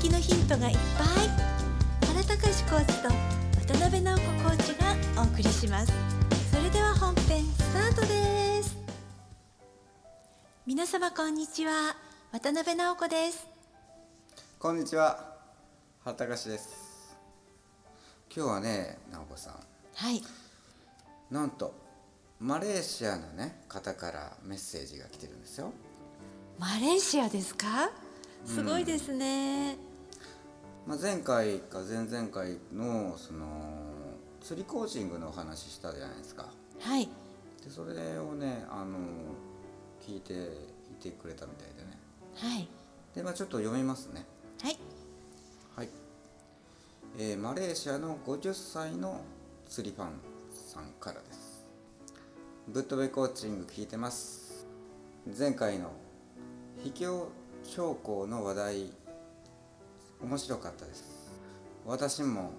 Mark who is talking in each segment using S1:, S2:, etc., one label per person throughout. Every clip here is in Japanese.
S1: きのヒントがいっぱい原隆コーチと渡辺直子コーチがお送りしますそれでは本編スタートです皆様こんにちは渡辺直子です
S2: こんにちは、はたかしです。今日はね、なおこさ
S1: はい
S2: ん、なんとマレーシアのね方からメッセージが来てるんですよ。
S1: マレーシアですかすごいですね、
S2: まあ、前回か前々回のその釣りコーチングのお話ししたじゃないですか。
S1: はい
S2: でそれをね、あの聞いていてくれたみたいでね。
S1: はい
S2: で、まあちょっと読みますね。
S1: はい
S2: はい、えーマレーシアの50歳の釣りファンさんからですぶっ飛べコーチング聞いてます前回の秘境商工の話題面白かったです私も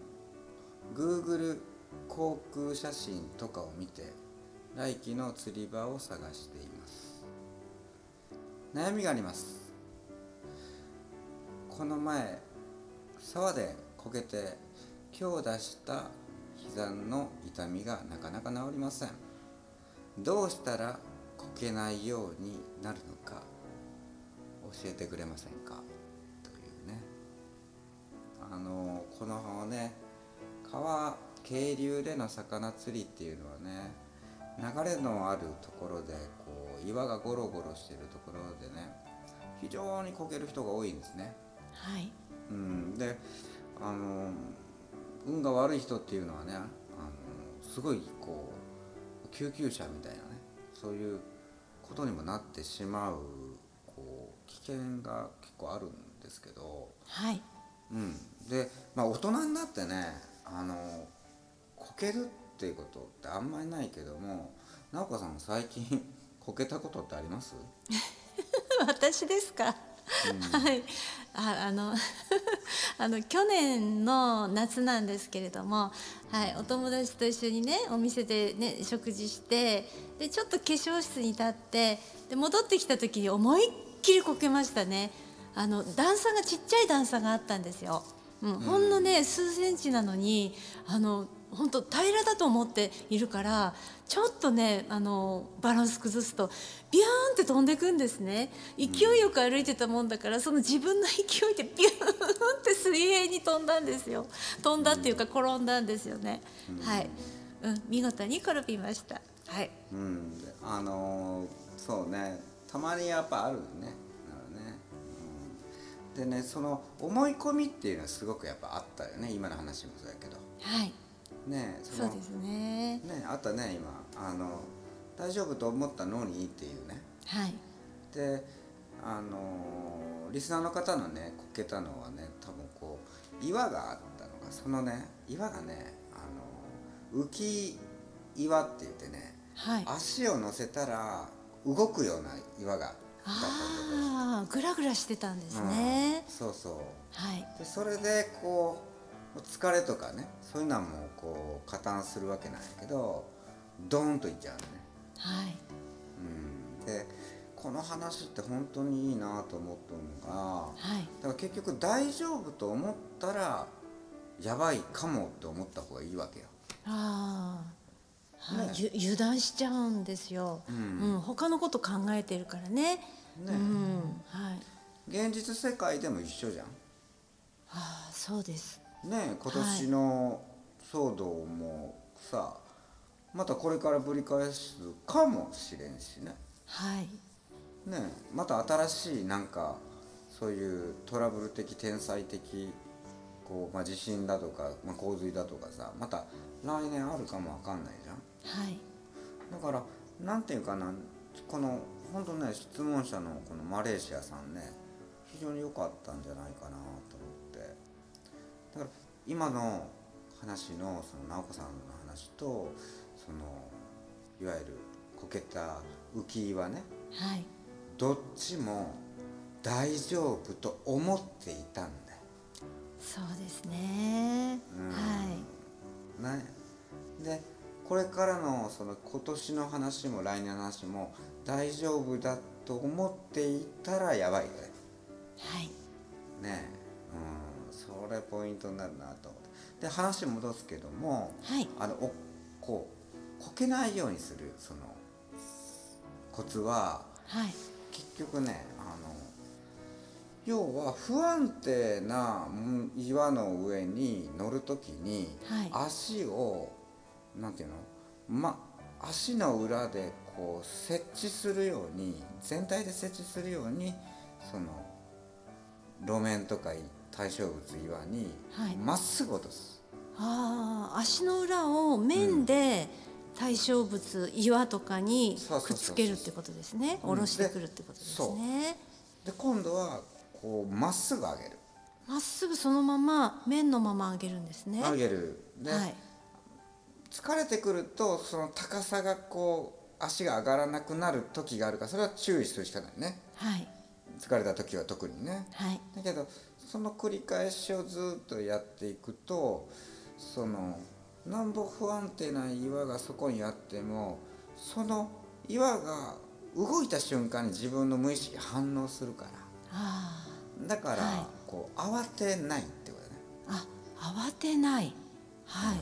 S2: Google 航空写真とかを見て来季の釣り場を探しています悩みがありますこの前沢でこけて今日出した膝の痛みがなかなか治りませんどうしたらこけないようになるのか教えてくれませんかというねあのこの辺はね川渓流での魚釣りっていうのはね流れのあるところでこう岩がゴロゴロしてるところでね非常にこける人が多いんですね。
S1: はい
S2: うん、であの運が悪い人っていうのはねあのすごいこう救急車みたいなねそういうことにもなってしまうこう危険が結構あるんですけど、
S1: はい
S2: うん、で、まあ、大人になってねあのこけるっていうことってあんまりないけども直子さん最近 こけたことってあります
S1: 私ですか、はいああの あの去年の夏なんですけれども、はい、お友達と一緒にねお店で、ね、食事してでちょっと化粧室に立ってで戻ってきた時に思いっきりこけましたねあの段差がちっちゃい段差があったんですよ。うん、ほんのね数センチなのにあの本当平らだと思っているからちょっとねあのバランス崩すとビューンって飛んでくんですね勢いよく歩いてたもんだからその自分の勢いでビューンって水平に飛んだんですよ飛んだっていうか転んだんですよね、はい、うん、見事に転びましたはい
S2: うん、であのーそうねたまにやっぱあるねなるね、うん、でねその思い込みっていうのはすごくやっぱあったよね今の話もそうやけど
S1: はい
S2: ね
S1: そうですね
S2: ねあったね今あの大丈夫と思ったのにっていうね
S1: はい
S2: であのーリスナーの方のねこけたのはね多分こう岩があったのがそのね岩がねあのー浮き岩って言ってね
S1: はい
S2: 足を乗せたら動くような岩がだったんだ
S1: ああグラグラしてたんです
S2: けど
S1: ね
S2: うん、そうそう
S1: はい
S2: でそれでこう疲れとかねそういうのはもうこう加担するわけなんやけどドーンといっちゃうのね、
S1: はい
S2: うん、でこの話って本当にいいなと思ったのが
S1: はい
S2: だから結局大丈夫と思ったらやばいかもって思った方がいいわけよ、
S1: ああ、はい
S2: ね
S1: ゆ油断しちゃうんですよ、
S2: う
S1: うんん他のこと考えてるからねうんはい、
S2: 現実世界でも一緒じゃん
S1: ああそうです
S2: ねえ今年の騒動もさ、またこれからぶり返すかもしれんしね
S1: はい
S2: ねえまた新しいなんかそういうトラブル的天才的こう、まあ、地震だとか、まあ、洪水だとかさまた来年あるかもわかんないじゃん
S1: はい
S2: だからなんていうかなこの本当ね質問者のこのマレーシアさんね非常に良かったんじゃないかなと思ってだから今の話のその直子さんの話とそのいわゆるこけた浮き岩ね
S1: はい
S2: どっちも大丈夫と思っていたんだよ
S1: そうですね、
S2: うん
S1: はい
S2: ね、でこれからのその今年の話も来年の話も大丈夫だと思っていたらやばいよね
S1: はい
S2: ねえ、がポイントになるなと思ってで話戻すけども、
S1: はい
S2: あのおこうこけないようにするそのコツは
S1: はい
S2: 結局ねあの要は不安定なうん岩の上に乗る時に、
S1: は
S2: 足をなんていうのま足の裏でこう設置するように全体で設置するようにその路面とか対象物岩に
S1: はい
S2: まっすぐ落とす、
S1: あー足の裏を面で対象物、岩とかに
S2: そうそうそうそう
S1: くっつけるってことですね
S2: うん
S1: 下ろしてくるってことですね
S2: で今度はこうまっすぐ上げる
S1: まっすぐそのまま面のまま上げるんですね
S2: 上げるで、
S1: はい
S2: 疲れてくるとその高さがこう足が上がらなくなる時があるからそれは注意するしかないね
S1: はい
S2: 疲れた時は特にね
S1: はい
S2: だけどその繰り返しをずっとやっていくとそのなんぼ不安定な岩がそこにあってもその岩が動いた瞬間に自分の無意識が反応するから
S1: あ
S2: だから、
S1: はい
S2: こう慌てないってことだね
S1: ーあ慌てないはい、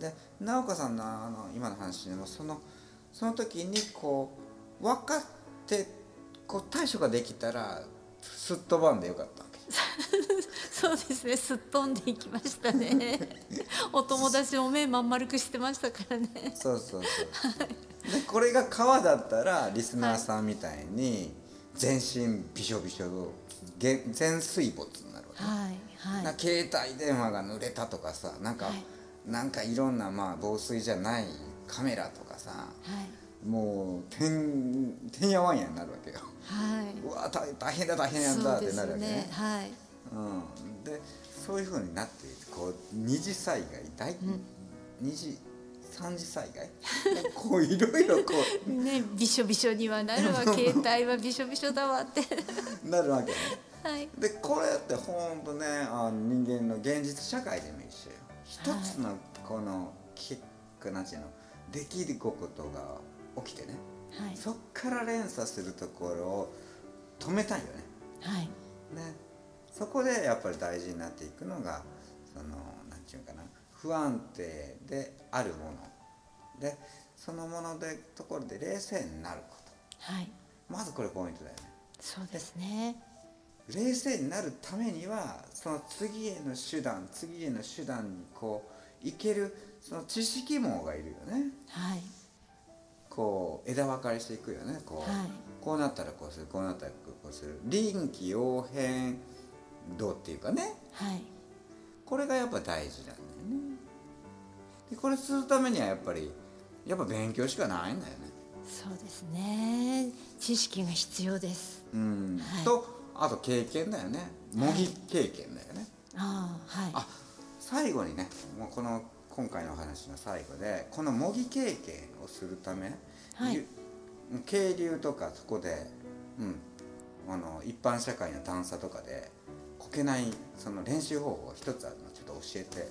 S2: で直子さんのあの今の話でもそのその時にこう分かってこう対処ができたらすっ飛ばんでよかったわけ
S1: そうですねすっ飛んでいきました ねお友達も目まん丸くしてましたからね
S2: そうそうそう、でこれが川だったらリスナーさんみたいに全身びしょびしょげ全水没になるわけ、
S1: はいはい
S2: な携帯電話が濡れたとかさなんか、
S1: はい
S2: い、なんかいろんなまあ防水じゃないカメラとかさ
S1: はい
S2: もうてんてんやわんやになるわけよ
S1: は
S2: うわ大大変だ大
S1: い
S2: 変やん
S1: そ
S2: だ
S1: う
S2: っ
S1: で
S2: て
S1: す
S2: なるわけね
S1: ねはい
S2: うん、でそういうふうになっていくこう二次災害大、二次三次災害 こういろいろこ
S1: ね、びしょびしょにはなるわ携帯はびしょびしょだわって
S2: うなるわけね
S1: はい
S2: でこれってほんとねあの人間の現実社会でも一緒よ一つのこのきなんていうの出来事が起きてね
S1: はい
S2: そっから連鎖するところを止めたいよね
S1: はい
S2: ね、そこでやっぱり大事になっていくのがその何て言うかな不安定であるものでそのものでところで冷静になるこ
S1: はい
S2: とまずこれポイントだよね
S1: そうですね
S2: 冷静になるためにはその次への手段次への手段にこう行けるその知識網がいるよね
S1: はい
S2: こう枝分かれしていくよねこう,、
S1: はい
S2: こうなったらこうするこうなったらこうする臨機応変度っていうかね
S1: はい
S2: これがやっぱ大事なんだよねでこれするためにはやっぱりやっぱ勉強しかないんだよね
S1: そうですね知識が必要です
S2: うん、
S1: はい
S2: とあと経験だよね模擬経験だよね、
S1: ああはい
S2: あ最後にねもうこの今回のお話の最後でこの模擬経験をするため、
S1: はい
S2: ゆ渓流とかそこで、うん、あの一般社会の探査とかでこけないその練習方法が一つあるのちょっと教えて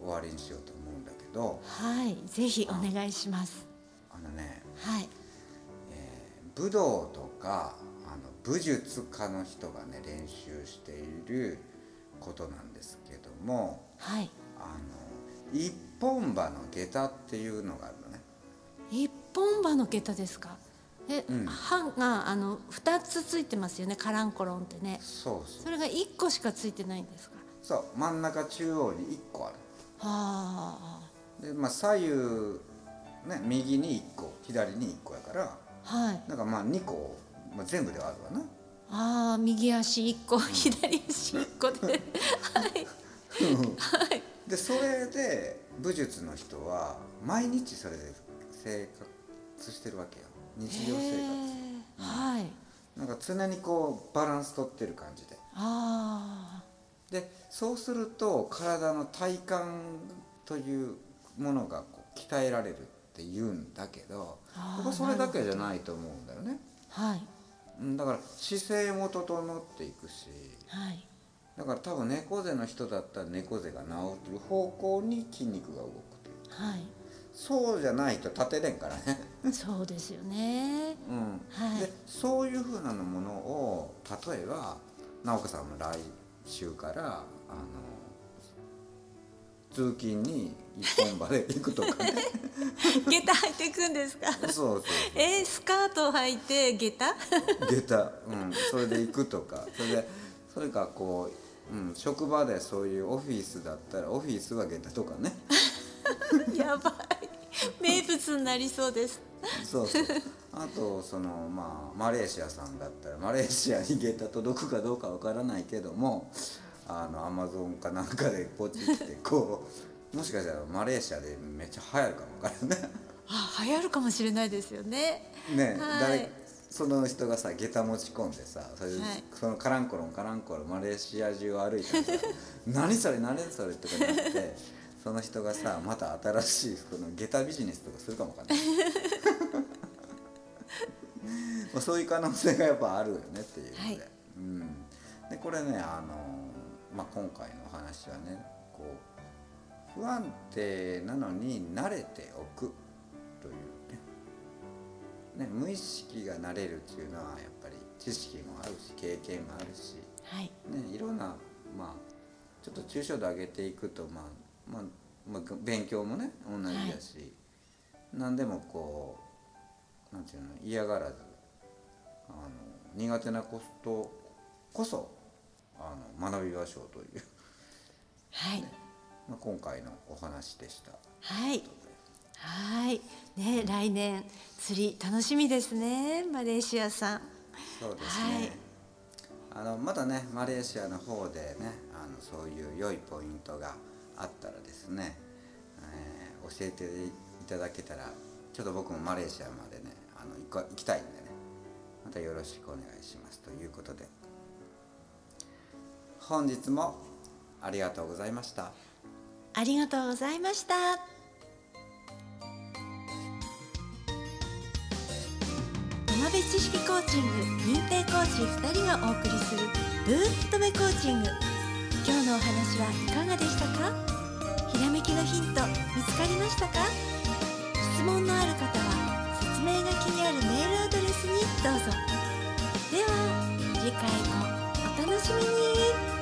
S2: 終わりにしようと思うんだけど
S1: はいぜひお願いします
S2: あのね
S1: はい
S2: 武道とかあの武術家の人がね練習していることなんですけども
S1: はい
S2: あの一本歯の下駄っていうのがあるのね
S1: 一本歯の桁ですかえ、
S2: うん
S1: 歯があの二つついてますよねカランコロンってね
S2: そうそう
S1: それが一個しかついてないんですか
S2: そう真ん中中央に1個あ
S1: あ
S2: るでまあ左右ね右に1個左に1個やから
S1: あはい
S2: なんかまあ2個、まあ、全部ではあるわな
S1: ああ右足一個左足一個 ではい
S2: でそれで武術の人は毎日それで生活してるわけよ日常生活
S1: へーはい
S2: なんか常にこうバランス取ってる感じで
S1: あ
S2: でそうすると体の体幹というものがこう鍛えられるっていうんだけど
S1: あー
S2: 僕はそれだけじゃないと思うんだよね
S1: あはい
S2: うんだから姿勢も整っていくし
S1: はい
S2: だから多分猫背の人だったら猫背が治る方向に筋肉が動くという
S1: は
S2: そうじゃないと立てれんからね
S1: いそうですよね
S2: うん
S1: はい
S2: でそういうふうなものを例えば直子さんも来週からあの通勤に一本場で行くと かね
S1: 下駄履いていくんですか
S2: そうそう
S1: えー、スカート履いて下駄
S2: 下駄、うん、それで行くとかそれでそれかこう、うん、職場でそういうオフィスだったらオフィスは下駄とかね
S1: やばい名物になりそうです
S2: そうそうあとそのまあマレーシアさんだったらマレーシアに下駄届くかどうかわからないけどもあのアマゾンかなんかでポチってこうも しかしたらマレーシアでめっちゃ流行るかも わからない
S1: あ流行るかもしれないですよね
S2: ねえ、
S1: はい
S2: 誰その人がさ下駄持ち込んでさそれで
S1: はい
S2: そのカランコロンカランコロンマレーシア中を歩いて さ「何それ何それ」とかなってその人がさまた新しいその下駄ビジネスとかするかもわかんないまあそういう可能性がやっぱあるよねっていうので,、
S1: はい
S2: うん、でこれねあの、まあ、今回のお話はねこう不安定なのに慣れておくというねね、無意識が慣れるっていうのはやっぱり知識もあるし経験もあるし、
S1: はい
S2: ね、いろんな、まあ、ちょっと抽象度上げていくと、まあまあまあ、勉強もね同じだし、何でもこうなんていうの嫌がらずあの苦手なことこそあの学びましょうという、
S1: はい
S2: まあ、今回のお話でした。
S1: はいはいね来年釣り楽しみですねマレーシアさん
S2: そうですね、あのまだねマレーシアの方でねあのそういう良いポイントがあったらですね、えー教えていただけたらちょっと僕もマレーシアまでねあの行こ行きたいんでねまたよろしくお願いしますということで本日もありがとうございました。
S1: ありがとうございました浜辺知識コーチング認定コーチ2人がお送りする「ぶーっとべコーチング」今日のお話はいかがでしたかひらめきのヒント見つかりましたか質問のある方は説明書きにあるメールアドレスにどうぞでは次回もお楽しみに